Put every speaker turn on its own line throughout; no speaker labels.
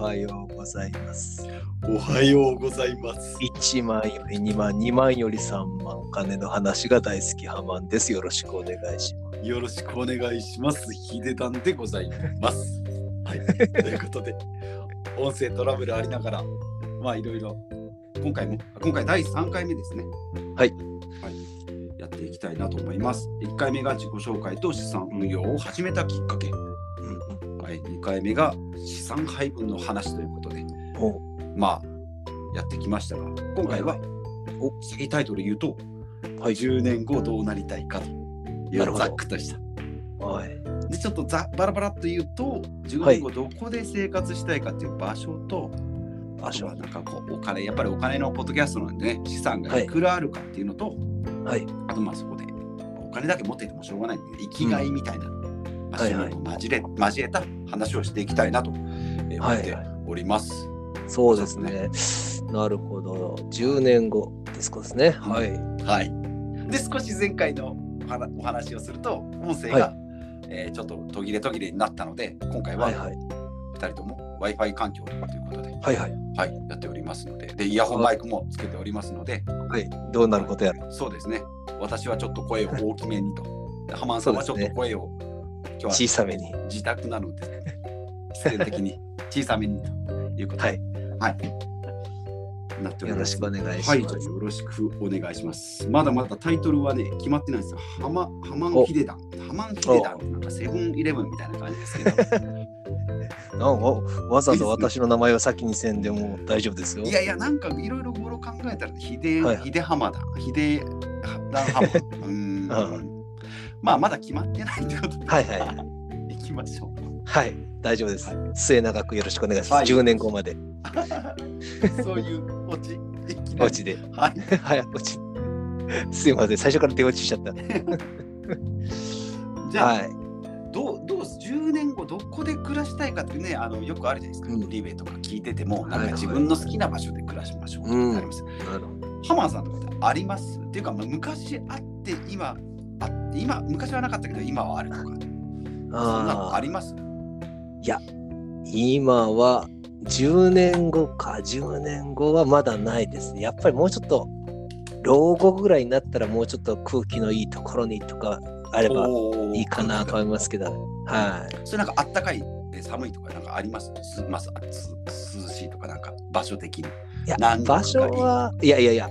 はようございます。
おはようございます。
1万より2万、2万より3万、金の話が大好きハマンです。よろしくお願いしま
よろしくお願いします。ヒデタンでございます。はい、ということで、音声トラブルありながら、まあいろいろ、今回も、今回第3回目ですね。
はい
はいやっていきたいなと思います。1回目が自己紹介と資産運用を始めたきっかけ。はい、2回目が資産配分の話ということで、
す。お
まあ、やってきましたが、今回は、お次タイトル言うと、
はい
10年後どうなりたいかとい
なるほ
う
ど
ざっくとした。
はい。
でちょっとざバラバラっと言うと10
はい
年後どこで生活したいかっていう場所と、
場
あと
所
はなんかこうお金やっぱりお金のポッドキャストなんでね資産が
はい
いくらあるかっていうのと、
はい。
あとまあそこでお金だけ持っててもしょうがないんで生きがいみたいな、まあ
は
そう
い
い
はいう
のを交え交えた話をしていきたいなとえー思
は
っ
い
て。おります。
そうですね。なるほど。10年後ですかですね。はい。
はい、で少し前回のお話お話をすると音声が、
は
えーちょっと途切れ途切れになったので今回
は
はい
はい。
2人とも w i f i 環境ということで。
はいはい。
はい、やっておりますので、で、イヤホンマイクもつけておりますので、
はい。どうなることやら。
そうですね、私はちょっと声を大きめにと、でハマンさんはち
そ
ょ
う
っ
です
と
ね
声を、今日
小
は
さめに。
自宅なので、必然的に小さめにということで、
はい。
はい、なっており
よ
ま
ろ
す
し。くお願いし
はい、
ま
じゃあ
す。
よろしくお願いします。まだまだタイトルはね、決まってないんですよ。ハマ、ハマンヒデダン。ハマンヒデダンってなんかセブンイレブンみたいな感じですけど。
あわわざわざ私の名前は先にせんでも大丈夫ですよ
い。やいや、なんかいろいろ語呂考えたら、ひで、
はい
ひではまだ、ひで、だはま。うー。
うん
まあ、まだ決まってないってことで。
はいはい。
い。きましょ
はい。大丈夫です。末永くよろしくお願いしま
はい
す。10年後まで、
う。そういうオチ。いき
お
なり
うちで。
はい。
はい、おうち。すいません。最初から手落ちしちゃった。
じゃあ、
はい。
どう、どうす、10年後、どこで暮らしたいかってね、あの、よくあるじゃないですか。
うん
リベとか聞いてても、なん
はい
か
はい
自分の好きな場所で暮らしましょうとかってあります。
なるほど。
ハマーさんとかってありますっていうか、まあ昔あって、今、あって、今、昔はなかったけど、今はあるとか。そんなのあ
ああ、
ります
今は10年後か、10年後はまだないですね。やっぱりもうちょっと、老後ぐらいになったらもうちょっと空気のいいところにとかあれば
おー
いいかなと思いますけど、はい。
それなんかあったかい、え寒いとかなんかありますすますあす涼しいとかなんか場所的に。
いや
南国が
場所はいやいやいや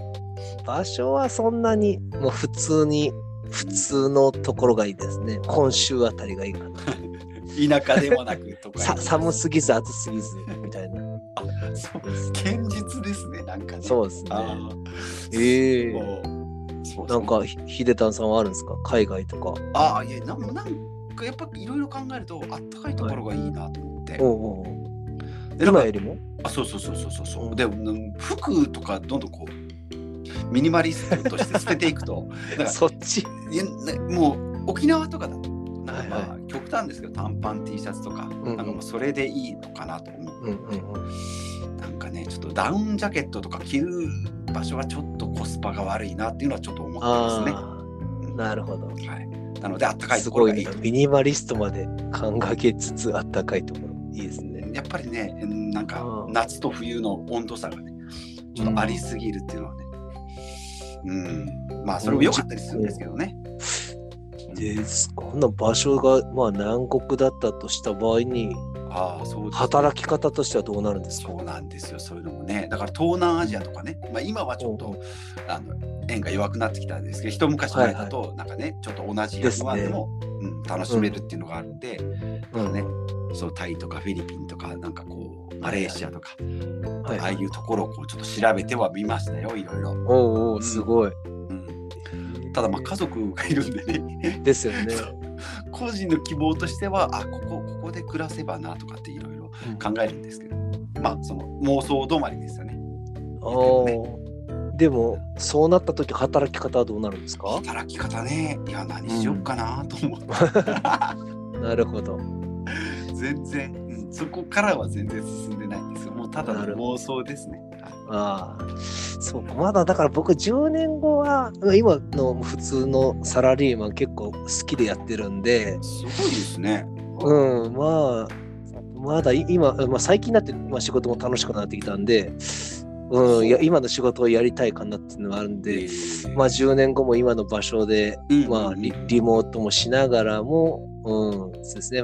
場所はそんなにもう普通に普通のところがいいですね今週あたりがいいかな
田舎でもなくとか。
さ寒すぎず暑すぎずみたいな
そう現実ですね、なんかね。う
そうですね
あ
ええ
ーもうそう
なんかひヒデタンさんはあるんですか海外とか
ああ、いや、なんなんかやっぱいろいろ考えると、あったかいところがいいなと思って。
おうおうおう
でなん
今
か
よりも
あそうそうそうそうそうそうう。
ん
で、うん服とかどんどんこう、ミニマリストとして捨てていくと、 なんか
そっち
いやねもう沖縄とかだとなんかまあ、
はい
極端ですけど短パン T シャツとか,、
うん
なんかもうそれでいいのかなと思う、
うんうんうん
なんかねちょっとダウンジャケットとか着る場所はちょっとコスパが悪いなっていうのはちょっと思ってますね
ああなるほど
はい、なのであったかい
す
ところ
ご
が
い
いい
な
と
ミニマリストまで考えつつあったかいところいいですね
やっぱりねうんなんか
うん
夏と冬の温度差がねちょっとありすぎるっていうのはねうん、まあそれも良かったりするんですけどね、
でこんな場所がまあ南国だったとした場合に
ああそうですね
働き方としてはどうなるんですか
そうなんですよ、そういうのもね。だから東南アジアとかね、まあ、今はちょっ
う
とあの縁が弱くなってきたんですけど、一昔前だと、なんかね、ちょっと同じ
ですね
役割でも、うん、楽しめるっていうのがあるんで、
うん
ねそうタイとかフィリピンとか、なんかこう、マレーシアとか、
はい、
ああいうところをこうちょっと調べてはみましたよ、いろいろ。
おうおうすごい、
うん、ただ、まあ家族がいるんでね、
ですよね、
個人の希望としては、あここ、ここで暮らせばなとかっていろいろ考えるんですけど、まあ、その妄想止まりですよね。
おーでもそうなった時働き方はどうなるんですか
働き方ねいや何しよっかなと思って、
なるほど
全然、うんそこからは全然進んでないんですよもうただ
な
の
る
妄想ですねはい
ああそうかまだだから僕10年後は今の普通のサラリーマン結構好きでやってるんです
ごいですね
うんまあまだい今、まあ、最近になって、まあ、仕事も楽しくなってきたんで、うん、いや今の仕事をやりたいかなっていうのはあるんで、まあ、10年後も今の場所で、
うん
まあ、リリモートもしながらも、うん、そうですね、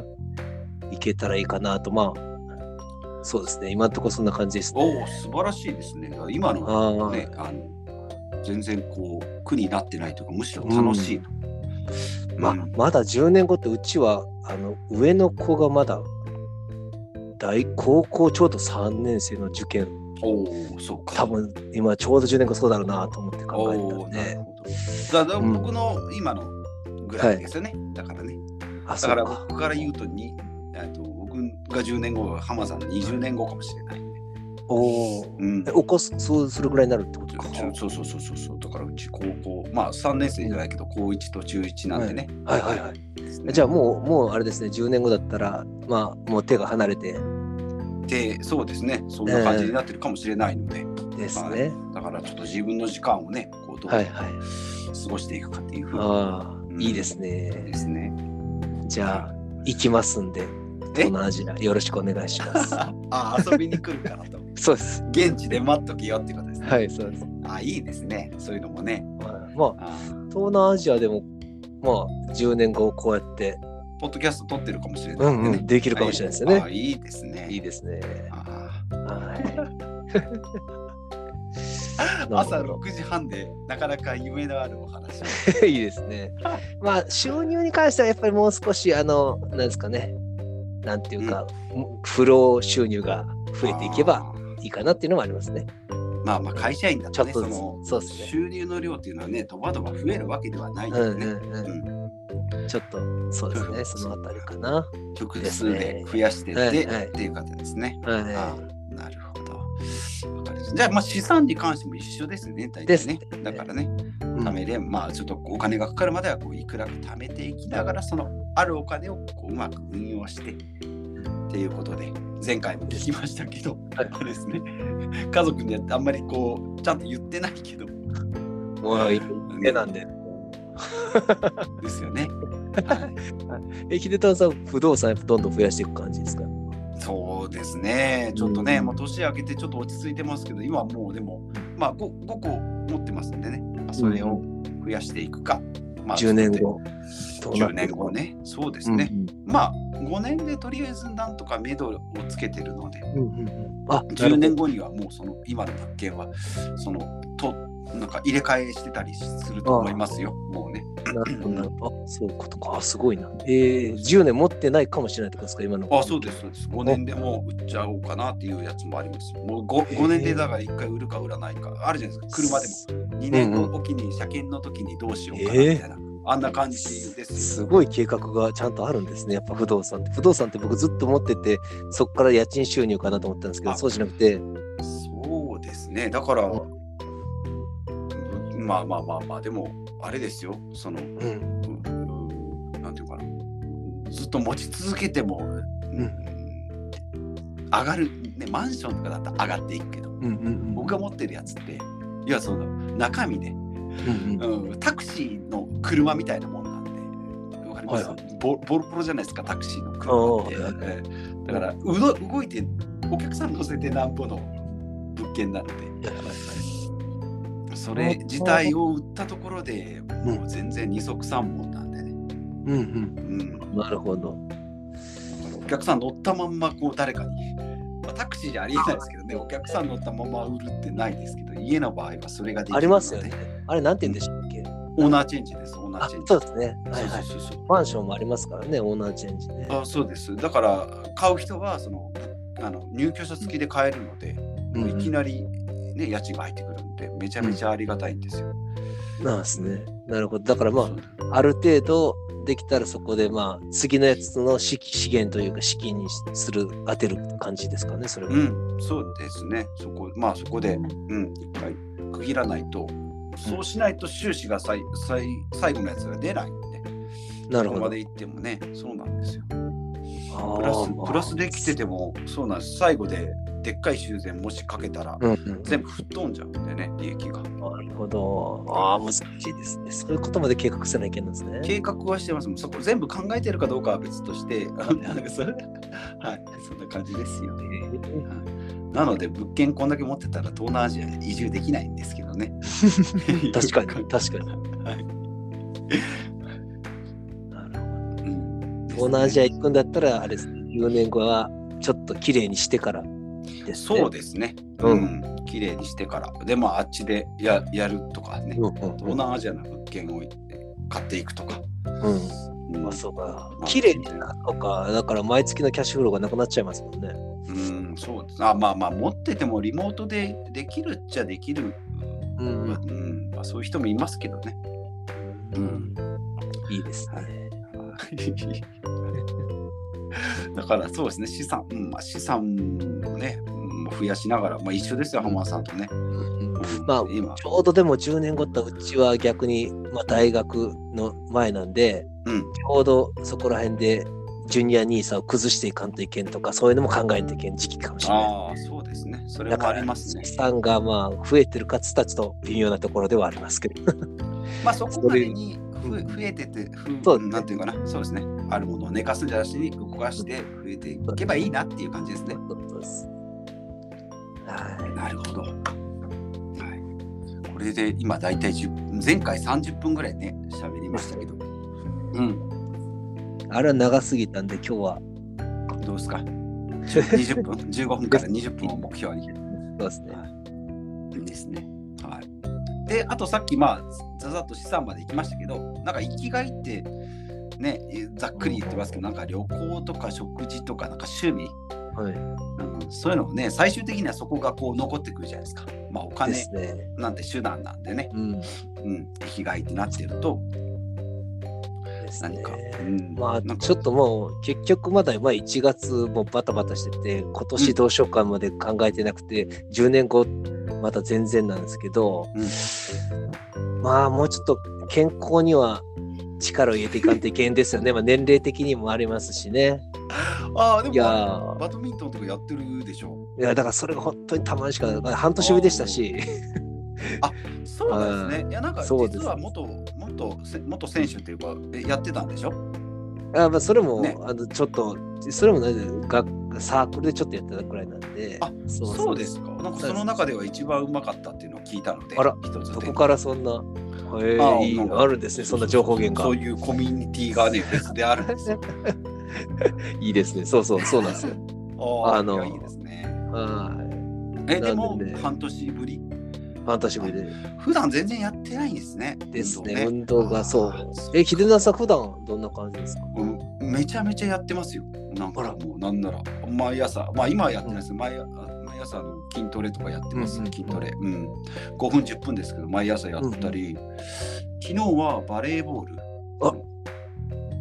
いけたらいいかなと、まあ、そうですね、今のところそんな感じですね。
おお、素晴らしいですね。だから今の
あー
ね、あの全然こう苦になってないとかむしろ楽しいと。
まあ、まだ10年後ってうちはあの上の子がまだ大高校ちょうど3年生の受験
おお、そうか。
多分今ちょうど10年後そうだろうなと思って考えてた
おお、
ん
なる
で
ほど。だから
うん
僕の今のぐらいですよね。だからね。
あ
だ
そ
か
う
ら
か
僕から言うとに、えっと僕が10年後は浜さん20年後かもしれない。
おお
うん。
えお子すそうするぐらいになるってことか
そうそうそうそうそう。だからうち高校、まあ3年生じゃないけど高1と中1なんでね。
はいはいはいじゃあもうもうあれですね10年後だったらまあもう手が離れて
でそうですねそんな感じになってるかもしれないので、
ですね
だからちょっと自分の時間をねこうどう
はいはい
過ごしていくかっていうふう
ああ
うん
いいですね
ですね。
じゃあ行きますんで
え
東南アジアよろしくお願いします
あ遊びに来るからと
そうです
現地で待っとけよってことですね。
はいそうです
あいいですねそういうのもね。
まあ
あ
東南アジアでもまあ10年後こうやって、
ポッドキャスト撮ってるかもしれ
う
ないん
ん
で
う
ね。
ん、できるかもしれないですよ
あ
ね。
いいですね。
いいですね。
あ
は
ー朝6時半でなかなか夢のあるお話。
い。いいですね。まあ収入に関してはやっぱりもう少しあのなんですかね、なんていうか、不労収入が増えていけば
あー。
いいかなっていうのもありますね。
まあまあ会社員だ
ちょ
と
っ
ね
とず
そ
つ
の
そうですね。
収入の量っていうのはねドバドバ増えるわけではない
うん
でね。
うんうん。ちょっとそうですね。そのあたりかな。
曲数で増やしてって、
はいはい
っていう方ですね。あ
は
なるほど。わかりましたじゃあ、まあ、資産に関しても一緒ですね。大
で
体
す
ね
ね。
だからね、
い。
貯めれ、まあ、ちょっとお金がかかるまではこういくらか貯めていきながら、そのあるお金をこううまく運用してっていうことで、前回も聞きましたけど、
はい
あれですね、家族にはあんまりこう、ちゃんと言ってないけど、
うんもういい家なんで。
ですよね。はい
え、秀太郎さん、不動産やっぱどんどん増やしていく感じですか
そうですね、ちょっとね、
うん
もう年明けてちょっと落ち着いてますけど、今はもうでも、まあ 5, 5個持ってますんでね、まあそれを増やしていくか、まあ
10年後。
10年後ね、そうですね、
うん
まあ5年でとりあえずなんとか目処をつけてるので、
うんうんうんあ、
10年後にはもうその今の物件は、そのとなんか入れ替えしてたりすると思いますよ、もうね。
なるほどなるほど。あ、そういうことか。あすごいな。えー、10年持ってないかもしれないってことですか、今の。
あそうです、そうです。5年でもう売っちゃおうかなっていうやつもありますよ。もう 5, 5年でだから1回売るか売らないか、あるじゃないですか、車でも。2年後おきに車検の時にどうしようかなみたいな、あんな感じです
す
よ。
ごい計画がちゃんとあるんですね、やっぱ不動産って。不動産って僕ずっと持ってて、そこから家賃収入かなと思ったんですけど、
あ
そうじゃなくて、
そうですね、だから、
う
まあまあまあまあ、でも、あれですよ、その、
うん、
うんなんていうかな、ずっと持ち続けても、うん上がる、ね、マンションとかだったら上がっていくけど、
うん、うん、
僕が持ってるやつって、いや、その中身ね、
うん、うん。
うん、タクシーの車みたいなもんなんで、わかります、
はい
ボボロボロじゃないですか、タクシーの車って。ええだからうど、動いて、お客さん乗せてなんぼの物件なので、それ自体を売ったところで
うん
もう全然二足三本なんでね。
うん、うん。
うん、だか
なるほど。
らお客さん乗ったまんま、こう、誰かに。まあタクシーじゃありえないですけどね、お客さん乗ったまま売るってないですけど、家の場合はそれができるので
ありますよね。あれ、なんて言うんでしたっけ
オーナーチェンジです、オーナー
あ
チェン、ジ。
そうですね。はいはい。
そうそうそうそう
マンションもありますからね、オーナーチェンジね。
あそうですだから買う人はそのあの入居者付きで買えるので、もういきなり、ね、家賃が入ってくるんでめちゃめちゃありがたいんですよ。
なんですね。なるほど。だからま
そう
あ、ある程度できたらそこでまあ、次のやつの資資源というか資金にする、当てる感じですかね、それは。
うん、そうですねそこまあそこで、うん、一回区切らないとそうしないと収支が最最最後のやつが出ないんで
な
そ
る
こ
ほ
ま
ど
で。行ってもねそうなんですよ。
あ
プラス
ー
プラスできててもそうなんです最後ででっかい修繕もしかけたら、
うんうん、
全部吹っ飛んじゃうんでね利益が。
なるほど。ああ、難しいですね。そういうことまで計画せなきゃいけないんですね。
計画はしてますもんそこ全部考えてるかどうかは別として、あのなんかそれはい、そんな感じですよね。なので物件こんだけ持ってたら東南アジアに移住できないんですけどね。
確かに、確かに。
はい。
なるほど
うん
東南アジア行くんだったら、あれですね、10年後はちょっと綺麗にしてからですね。
そうですね。
う
うんん。綺麗にしてから。で、まあ、あっちでややるとかね。
うんうん
東南アジアの物件を買っていくとか。
うんうん
うん
まあそうか
ま。あ
綺麗になるのか、だから毎月のキャッシュフローがなくなっちゃいますもんね。
うん、そうです。あまあまあ、持っててもリモートでできるっちゃできる。
う、
うんんまあ、そういう人もいますけどね。 うん。
いいですね。
だからそうですね、資産、うんまあ、資産をね、うん増やしながら、まあ、一緒ですよ、浜田さんとね。
うん
うん
まあ
今、
ちょうどでも10年後ってうちは逆に、まあ、大学の前なんで、
うん、
ちょうどそこら辺でジュニアニーサを崩していかんといけんとか、そういうのも考えんといけん時期かもしれない。
ああ、そうですね、それ
だ
も
か
あ
ら
りますね
資。産がまあ増えてるかっつったらちょっと微妙なところではありますけど。
まあ、そこまでにふ増えてて、ふ
そうですね
なんていうかな、そうですね、あるものを寝かすんじゃなしに動かして増えていけばいいなっていう感じですね。
そうですは
なるほど。はい、これで今大体10前回30分ぐらいね喋りましたけど、うん、
いあれは長すぎたんで今日は
どうですか ?20 分 ?15 分から20分を目標に。
そうですね。
いいですね。はい、であとさっきまあざざっと資産まで行きましたけどなんか生きがいってねざっくり言ってますけどなんか旅行とか食事とかなんか趣味
はい。
うんそういうのをね最終的にはそこがこう残ってくるじゃないですか。まあお
で
金
すね。
なんて手段なんでね、
うん。
うん、生きがいってなってると
です
何
ね
か、うん
ま
な
あ
んか
ちょっともう結局まだまあ1月もバタバタしてて今年どうしようかまで考えてなくて、10年後また全然なんですけど、まあもうちょっと健康には力を入れていかんといけんですよねまあ年齢的にもありますしね
ああでも
いやー
バドミントンとかやってるでしょ
いやだからそれが本当にたまにしかだから半年ぶりでしたし
そうなんですね。いやなんか
そうです
実は元元せ元選手っていうかえやってたんでしょ。
あまあそれも、
ね
あのちょっとそれもね学サークルでちょっとやってたくらいなんで
あ
そ
そうですか。なんかその中では一番うまかったっていうのを聞いたので、
あら
一つで
どこからそんな、へえ
あ
いい
なんか
あるんですねそんな情報源が
そういうコミュニティがね別である んですよ。
いいですね。そうそう、そうなんですよ。
あ
あ
あ
の
のいいですね。
はい。
えでも
なんでね
半年ぶり。
半年ぶりで。
普段全然やってないんですね。
です
運
ね。
動
運動がそ
あー
う。え、秀田さん、普段どんな感じですか
うんめちゃめちゃやってますよ。なん
あ
からもうなんなら毎朝まあ今はやってないですけど、毎毎朝あの筋トレとかやってます、
うんうん
筋トレ、うん、5分10分ですけど毎朝やったり、昨日はバレーボール
あ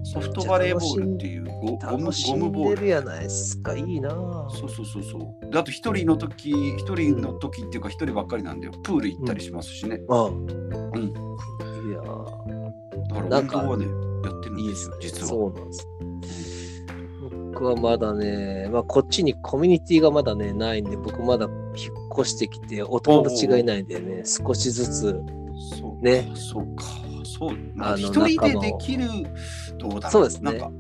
ソフトバレーボールっていうゴゴム
楽し
ゴム
ん
ボ
で
ール
るやないですか。いいなぁ
そうそうそうそうであと一人の時一人の時っていうか一人ばっかりなんでプール行ったりしますしね、
ああ。
ん
いやぁ
だから
なん
運
か
動はねやってるん
いい
で
ですす
よ
ね。
実は
そうなんです。僕はまだね、まあ、こっちにコミュニティがまだね、ないんで、僕まだ引っ越してきて、お友達がいないんでね、少しずつ、
そう
ね
そうか、そう。
あの
一人でできるどうだろ
そうですね
なんか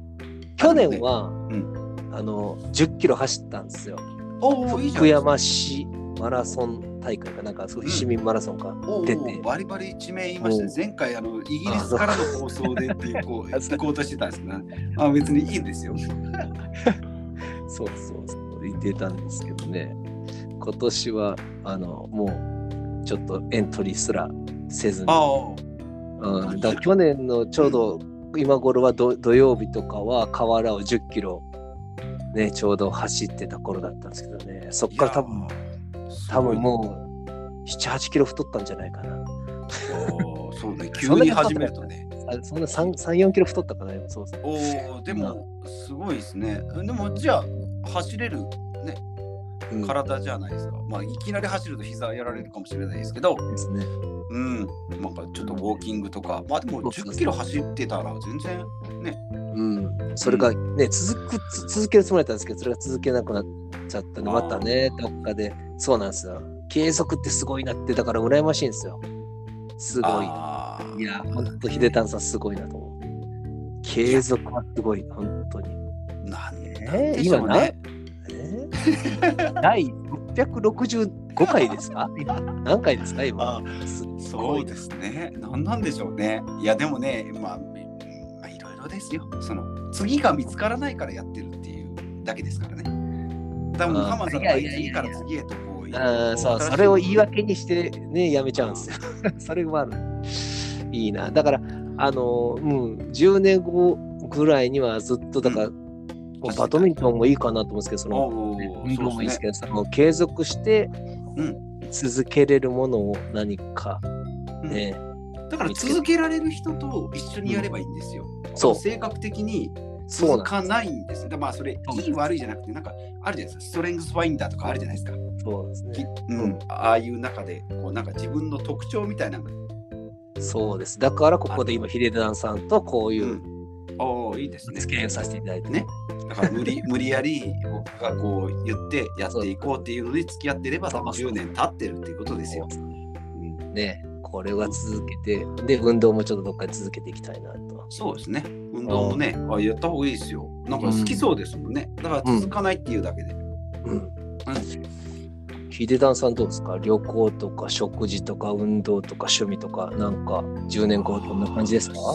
去年は、
う
あの、10キロ走ったんですよ。
おおいいじゃん。
福山市マラソン大会かなんか、そういう市民マラソンか。
おお
出て
バリバリ一名言いましたね
お。
前回あのイギリスからの放送でっていうこう
あそう
行こうとしてたんですけど、ね、あ別にいいんですよ。
そうそうそう、言ってたんですけどね。今年は、あの、もう、ちょっとエントリーすらせずに。
ああ
うん、だから去年のちょうど今頃は土土曜日とかは河原を10キロ、ね、ちょうど走ってた頃だったんですけどね。そっから多分、多分もう、7、8キロ太ったんじゃないかな。
う そうね急に始めるとね。
あそんな3、3 4キロ太ったかな、そうそう。
おおでもすごいですね。でもじゃあ走れる
うん
体じゃないですか。まあいきなり走ると膝やられるかもしれないですけど。
ですね。
うん、なんかちょっとウォーキングとか、まあでも
そうそうそう
10キロ走ってたら全然、
うん、それがね、続くつ続けるつもりだったんですけどそれが続けなくなっちゃったんで
あ
ま
ー
たねどっかでそうなんですよ継続ってすごいなってだから羨ましいんですよすごい
あー
いやほんと秀丹さんすごいなと思う継続はすごい本当に
なん
えー
なんでしょうね。
えー 第665回です か今何回ですか今。
あ
す
そうですね。なんなんでしょうね。いやでもね、まあ、みまあ、いろいろですよ。その次が見つからないからやってるっていうだけですからね。多分
あー
浜さん
いや
が
いやいやい
次
や
から次へとこう。いろい
あ
ろ
ーそう
新しい
それを言い訳にしてねやめちゃうんですよ。それはあるいいな。だからあのうん10年後ぐらいにはずっとだから、もうバドミントンもいいかなと思うんですけどその
おー
運動もいいです
そう
けどその継続して
うん
続けれるものを何か
うん
ね、
だから続けられる人と一緒にやればいいんですよ。
そう
性格的に
そうな
続
ん
かないんですよ。だからまあそれ
そうなん
いい悪いじゃなくてなんかあるじゃないですか。ストレングスファインダーとかあるじゃないですか。
そうです
き
ね。
うん、ああいう中でこうなんか自分の特徴みたいなのが
そうです。だからここで今ヒデダンさんとこういう
おおいいですね。
付き合いをさせていただいてね
ね。だから無理 無理やり僕がこう言ってやっていこうっていうのに付き合ってれば多分
そうそう
10年経ってるっていうことですよ。うん
ね、これは続けて、で、運動もちょっとどっかで続けていきたいなと。
そうですね。運動もね、あやった方がいいですよ。なんか好きそうですもんね。だから続かないっていうだけで。
うん。ヒデダンさんどうですか旅行とか食事とか運動とか趣味とか、なんか10年後こんな感じですか
あー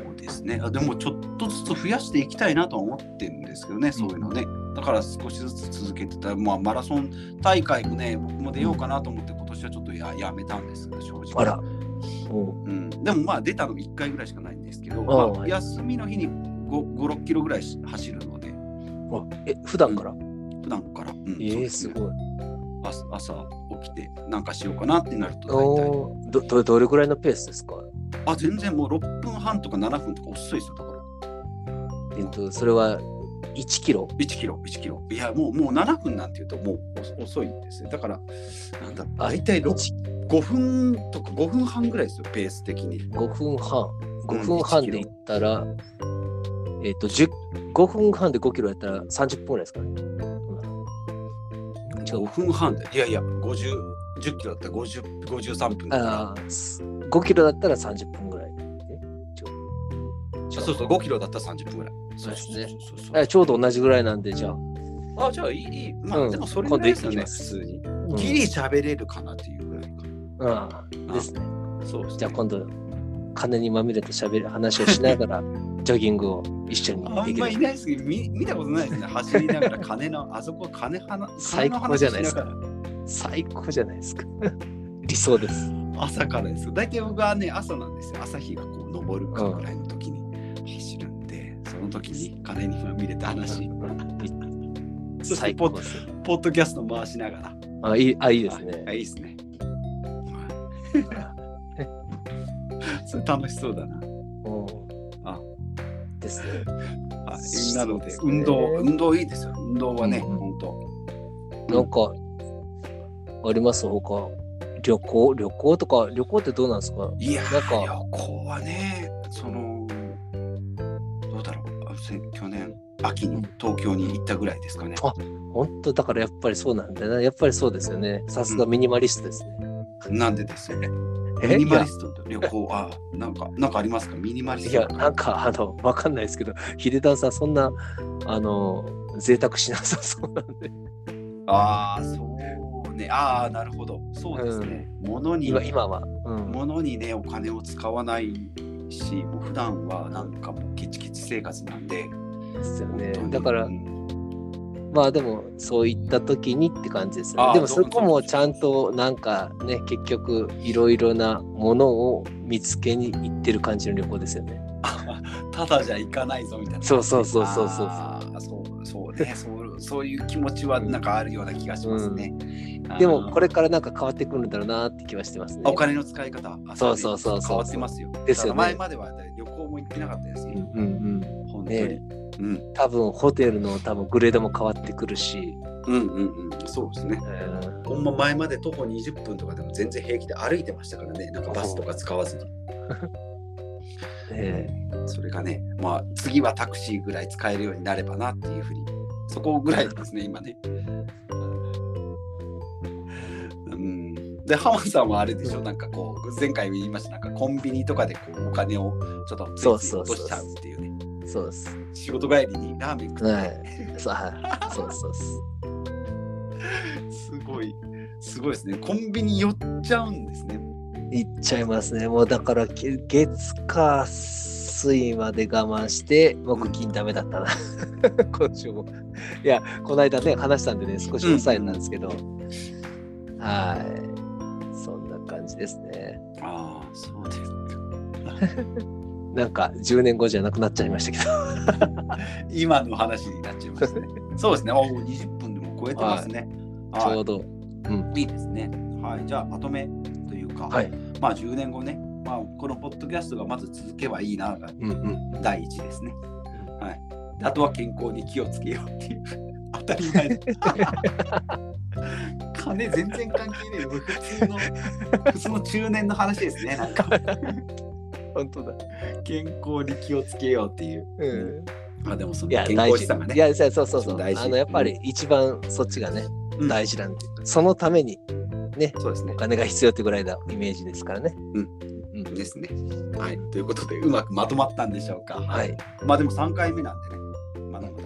そうですね。あでもちょっとずつ増やしていきたいなとは思ってるんですけどね、そういうのね。だから少しずつ続けてた、まあ、マラソン大会もね、僕も出ようかなと思って、今年はちょっとややめたんですけど、正直。
あら。うん
うん、でもまあ出たの1回ぐらいしかないんですけど、
ああ
まあ
はい
休みの日に5、5 6キロぐらいし走るので、
あえ、普段から、
普段から、うん
え
そう
ー、
ですね
ごい。
朝朝起きてなんかしようかなってなると大体、
おーどどどれぐらいのペースですか
あ、全然もう6分半とか7分とか遅いですよ、だから。
えっと、それは1キロ
1キロ、1キロ。いや、もうもう7分なんていうともう遅遅いんですね。だから、なんだろう、
あ
大体
一
5分とか5分半ぐらいですよ、ペース的に。
5分半。
うん
5分半で言ったら、えっ、と、10 5分半で5キロやったら30分ぐらいですかね。違う
5分半で、いやいや、50、10キロだったら50 53分だから。
ああ、す5キロだったら30分ぐらい。
そうそう、5キロだったら30分ぐらい。
そうですね
そうそうそうそう
あちょうど同じぐらいなんで、じゃあ。
あ、じゃあいい、いい。まあ、
うん
でもそれぐらいですよね、
今
普
度
通に。
うん
ギリ喋れるかなっていうぐらいか
うんですね。
な。そうですね
じゃあ今度、金にまみれて喋る話をしな がら、ジョギングを一緒に
あ
で
ん
き
まい
る。
ないですけど、見見たことないですね。走りながら金の、あそこ金はな、金
最
の
高
話し
じ
な
ゃないです
が。
から最高じゃないですか。 理想です。
朝からですよ。大体僕はね、朝なんですよ。朝日がこう昇るかぐらいの時に走るんで、その時に金にまみれ た話、そして
最
ポ
高
ッ
です。
ポッドキャスト回しながら。
あ、いい、あ、いいですね。
あいいですね。 それ楽しそうだな。
うん
あ
ですね。
あ
そ
な
う
の
で
で、
すね
運動、運動いいですよ。運動はね、
うん
本当。
なんか、あります他。旅行、旅行とか、旅行ってどうなんですか
いやー、
な
なん
か
旅行はね、その、どうだろう、あせ去年、秋に東京に行ったぐらいですかね。
あ本当だからやっぱりそうなんだな。やっぱりそうですよね。さすがミニマリストですね。
なんでですよ。
え
ミニマリストと旅行、あ、なんか、なんかありますかミニマリス
い
ト
や、
と
いや
か。
なんか、あの、わかんないですけど、ヒデダンさん、そんな、あの、贅沢しなさそうなんで、
ああ、そうね。ああ、なるほど。そうですね。物、に
今今は。うん。
物にねお金を使わないしもう普段はなんかもうケチケチ生活なんで、
ですよ
本
ね
当に。
だから
う、ん
まあでも、そういった時にって感じですよ
あ
ね。で
ー
も、
そうそ
そうこもちゃんと、なんかね、結局、いろいろなものを見つけに行ってる感じの旅行ですよね。
ただじゃ行かないぞみたいな
そうそうそうそうそう
あーそうそうねそうそういう気持ちはなんかあるような気がしますね、あー
でも、これからなんか変わってくるんだろうなって気はしてますね。
お金の使い方あ
そうそうそうそう
変わってますよ
ですよね
だから前までは旅行も行ってなかったですけ
う
ど、
んうん
本当に、
ね
うん
うん。多分、ホテルの多分、グレードも変わってくるし。
うんうんうんそうですね
うん
ほんま前まで徒歩20分とかでも全然平気で歩いてましたからねなんかバスとか使わずに
ええ
それがね、まあ、次はタクシーぐらい使えるようになればなっていうふうに、そこぐらいですね、今ね。うん、で、浜さんはあれでしょ、なんかこう、前回も言いました、なんかコンビニとかでこうお金をちょっとついつい
そうそう
落と
そう
しちゃうっていうね。
そうです。
仕事帰りにラーメン食って、
はい。そう、はい。そうですそうです。
すごい、すごいですね。コンビニ寄っちゃうんですね。
行っちゃいますね。もうだから、け月火水まで我慢して、僕、金ダメだったな。 今週も。いや、この間ね、話したんでね、少し抑えたんですけど。はい。そんな感じですね。
ああ、そうですか。
なんか、10年後じゃなくなっちゃいましたけど。
今の話になっちゃいましたね。そうですね。おお、20分でも超えてますね。
ち
は
ょうど。
い、いいですね。はい、じゃあまとめというか、
はい。
まあ10年後ね、まあこのポッドキャストがまず続けばいいなが
うんうん。
第一ですね。はい。あとは健康に気をつけようっていう。 当たり前だ。 金全然関係ねえよ。普通の、普通の中年の話ですね。なん か、
本当だ。
健康に気をつけようっていう。
うん。
まあでもそ
い
の
や、
健
大
康
事。
資産が
い
ね、
や、そうそうそうそう。
大事
あの、やっぱり一番そっちがね、
うん
大事なんで、そのために
そうですね
お。金が必要ってぐらいなイメージですからね。うん。うん、
ですね。はい。ということで、うまくまとまったんでしょうか。
は。い。
まあでも3回目なんでね、まだまだ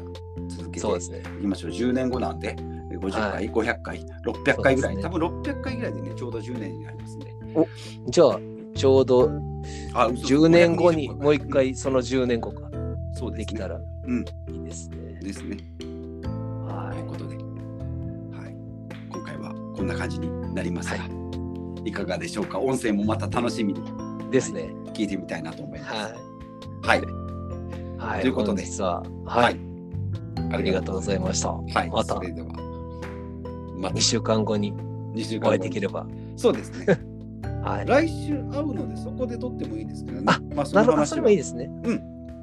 続けて
そうですね。
いきましょう。10年後なんで、50回、
はい
500回、600回ぐらい、
そうですね
多分600回ぐらいでね、ちょうど10年になりますんで。
じゃあ、ちょうど
あ
10年後にもう一、回その10年後か
そう
できた
ら。
ら
うん
いいですね。
ですね。と
は
いう
い。
ことで、はい、今回はこんな感じになりますが、い、かがでしょうか。音声もまた楽しみに
ですね。
聞いてみたいなと思います。
は
はい。
い。はい。
ということで
本日は、はい。
あ
ありがとうございました。
す。はい。
また
それでは、また
2週間後に
2週
お
間後
会いできれば。
そうですね。
はい。
来週会うので、そこで撮ってもいいですけどね。
あ
まあ、そ
な
の
るほど、
話
そ
は
れもいいですね。
う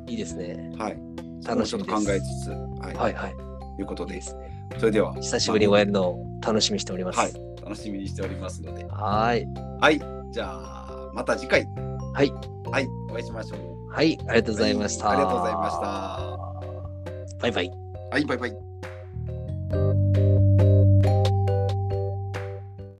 いいですね。
はい。
楽しみです
そのことを考えつつ、はい。
はいはい。
ということ
いいで
で、
すね。
それでは、
久しぶりにお会えるのを楽しみにしております。
はい。楽しみにしておりますので、
はい。
はい。じゃあ、また次回。
はい。
はい。お会いしましょう。
はい。ありがとうございました。
ありがとうございました。
バイバイ。
はい、バイバイ。